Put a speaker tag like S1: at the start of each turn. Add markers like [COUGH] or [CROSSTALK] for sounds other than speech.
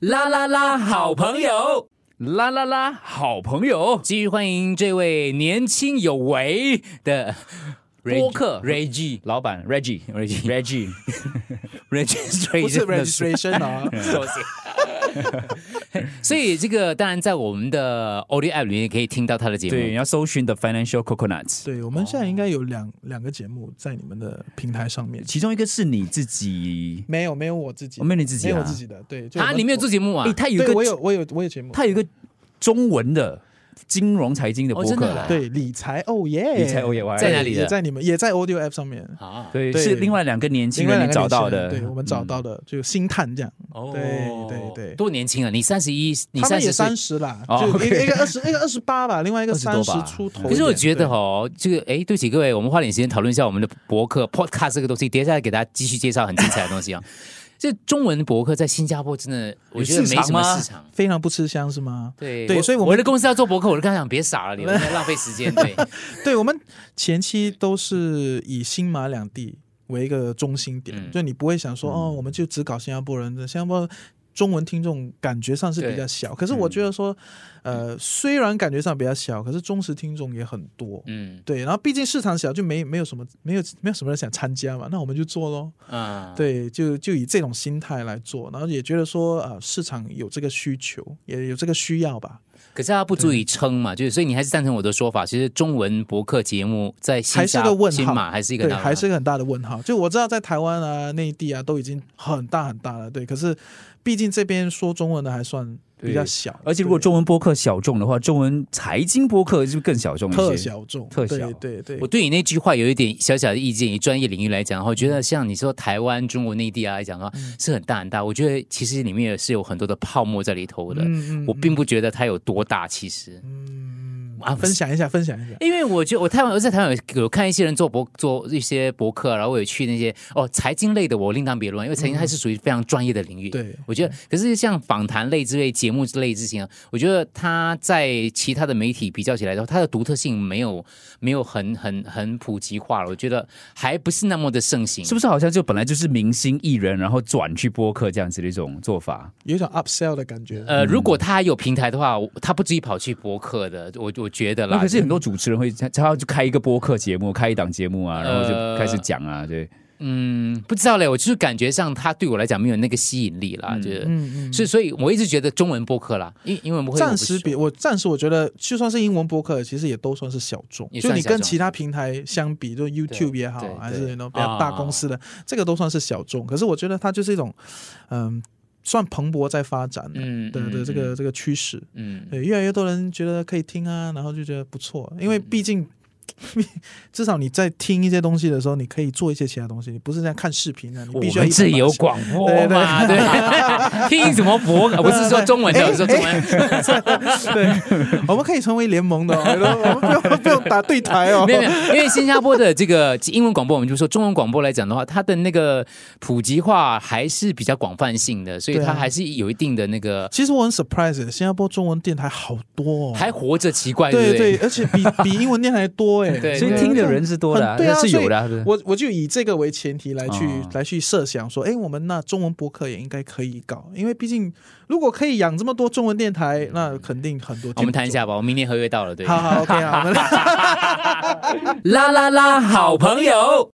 S1: 啦啦啦，好朋友，
S2: 啦啦啦，好朋友，
S1: 继续欢迎这位年轻有为 [LAUGHS] 的
S2: 播客
S1: Reggie
S2: 老板 Reggie
S1: Reggie
S2: Reggie， [LAUGHS]
S1: Registration
S3: 不是
S1: 的时
S3: registration 啊，
S1: 候所以这个当然在我们的 Audio App 里面可以听到他的节
S2: 对，你
S1: 目。
S2: 要搜寻 The Financial Coconuts，
S3: 对我们现在应该有两两个节目在你们的平台上面，
S2: 其中一个是你自己，
S3: 没有没有我自己
S2: 哦，，没有你自己
S3: 没有
S2: 啊
S3: 我自己的，对，哎就我
S1: 啊，
S3: 们
S1: 你没有做节目啊
S2: 诶，？他有一
S3: 对，我有
S2: 个，
S3: 我有我有节目，
S2: 他有一个中文的金融财经的播
S1: 哦真
S2: 客
S1: 的啊
S2: 了，
S3: 对理财哦耶，
S2: 理财欧耶 Y，
S1: 在哪里的
S3: 也在你们也在 Audio App 上面，
S1: 啊，
S2: 对，
S3: 对
S2: 是另外两个年轻
S3: 另外
S2: 人你
S3: 两个
S2: 找
S3: 年轻
S2: 到
S3: 人
S2: 的，嗯
S3: 对我们找到的就星探这样，对对对
S1: 多年轻啊！你三十一，你
S3: 他
S1: 三
S3: 们也
S1: 十岁
S3: 三。十啦，
S2: 哦
S3: 就一
S2: OK
S3: 个一个二十，一个二十八吧，另外一个
S2: 20
S3: 三
S2: 多
S3: 十
S2: 吧
S3: 出头一点。
S1: 可是我觉得
S3: 对，
S1: 哦，这个哎，对不起各位，我们花点时间讨论一下我们的博客 podcast 这个东西，接下来给大家继续介绍很精彩的东
S3: [LAUGHS]
S1: 西啊。这中文博客在新加坡真的，我觉得
S2: 有市
S1: 没
S2: 场
S1: 什么
S2: 吗
S1: 市场。
S3: 非常不吃香是吗？
S1: 对
S3: 对所以我们
S1: 的公司要做博客，我就跟他讲别傻了，你们在浪费时间。
S3: [LAUGHS]
S1: 对，
S3: 对我们前期都是以新马两地为一个中心点，
S1: 嗯
S3: 就你不会想说、哦，我们就只搞新加坡人，新加坡中文听众感觉上是比较小。可是
S1: 嗯
S3: 我觉得说，呃，虽然感觉上比较小，可是忠实听众也很多。
S1: 嗯
S3: 对，然后毕竟市场小，就没没有什么没有没有什么人想参加嘛，那我们就做咯。
S1: 啊，
S3: 对，就就以这种心态来做，然后也觉得说，呃，市场有这个需求，也有这个需要吧，
S1: 可是它不足以撑嘛，就是所以你还是赞成我的说法，其实中文博客节目在新
S3: 还是
S1: 加
S3: 个问号
S1: 新马还是一个
S3: 对，
S1: 大问号
S3: 还是一个很大的问号。就我知道在台湾啊、内地啊都已经很大很大了，对，可是毕竟这边说中文的还算比较小，
S2: 而且如果
S3: 对
S2: 中文播客小众的话，中文财经播客是不是更小众一些？
S3: 特小众，
S2: 特小
S3: 对对
S1: 我
S3: 对，
S1: 对你那句话有一点小小的意见，以专业领域来讲的话，我觉得像你说台湾、中国内地啊来讲的话，
S3: 嗯
S1: 是很大很大。我觉得其实里面也是有很多的泡沫在里头的，
S3: 嗯嗯
S1: 我并不觉得它有多大。其实，
S3: 嗯
S1: 啊
S3: 分享一下，分享一下，
S1: 因为我觉得我台湾我在台湾有有看一些人做博做一些博客，然后我有去那些哦财经类的，我另当别论，因为财经
S3: 嗯
S1: 它是属于非常专业的领域。
S3: 对
S1: 我觉得，可是像访谈类之类、节目之类之情啊，我觉得它在其他的媒体比较起来的话，它的独特性没有没有很很很普及化了，我觉得还不是那么的盛行，
S2: 是不是好像就本来就是明星艺人，然后转去播客这样子的一种做法？
S3: 有一种 upsell 的感觉，
S1: 呃，如果它有平台的话，我它不至于跑去博客的，我我觉得
S2: 那
S1: 啦。
S2: 哎可是很多主持人会他他要就开一个播客节目，开一档节目啊，然后
S1: 呃
S2: 就开始讲啊，对，
S1: 嗯，不知道嘞，我就是感觉上它对我来讲没有那个吸引力啦，就是。
S3: 嗯嗯。
S1: 是，所以我一直觉得中文播客啦，英英文播客
S3: 暂时比
S1: 我
S3: 我暂时我觉得，就算是英文播客，其实也都算是小众。
S1: 也
S3: 就
S1: 算
S3: 你
S1: 小
S3: 跟
S1: 众
S3: 其他平台相比，就 YouTube 也好
S1: 对，
S3: 还
S1: 对啊
S3: 是那种比较大公司的，这个都算是小众。可是我觉得它就是一种，嗯，算蓬勃在发展的
S1: 嗯
S3: 的
S1: 嗯
S3: 的这个这个趋势。
S1: 不熟嗯， [LAUGHS]
S3: 对，越来越多人觉得可以听啊，然后就觉得不错，因
S1: 嗯
S3: 为毕竟。 [LAUGHS] 至少你在听一些东西的时候，你可以做一些其他东西，你不是这样看视频啊，你
S1: 我
S3: 必须要
S1: 们
S3: 一
S1: 这
S3: 本
S1: 有
S3: 把戏
S1: 广播
S3: 对对
S1: 嘛，对， [LAUGHS] 听什么
S3: [LAUGHS]
S1: 博客？我是说中
S3: 哎
S1: 文的，我说中文，
S3: 对，我们可以成为联盟的、 [LAUGHS] 哦，我们不用不用打对台哦。
S1: [LAUGHS] 没有没有，因为新加坡的这个英文广播，我们就说中文广播来讲的话，它的那个普及化还是比较广泛性的，所以
S3: 对啊
S1: 它还是有一定的那个
S3: 其实我很 surprise，的新加坡中文电台好多哦，
S1: 还活着奇怪，
S3: 对
S1: 不对？
S3: 而且比比英文电台多哎，
S1: [LAUGHS] 对
S2: 所以
S1: 对
S2: 听的人是多的、
S3: 很对啊
S2: 那是有的、啊，对
S3: 我我就以这个为前提来去、
S1: 啊
S2: 哦
S3: 来去设想说，哎，我们那中文博客也应该可以搞，因为毕竟如果可以养这么多中文电台，那肯定很多。
S1: 嗯我们谈一。下吧，我明 [LAUGHS] 年合约到了，对。
S3: 好好，OK，好，我们
S1: 啦啦啦，好朋友。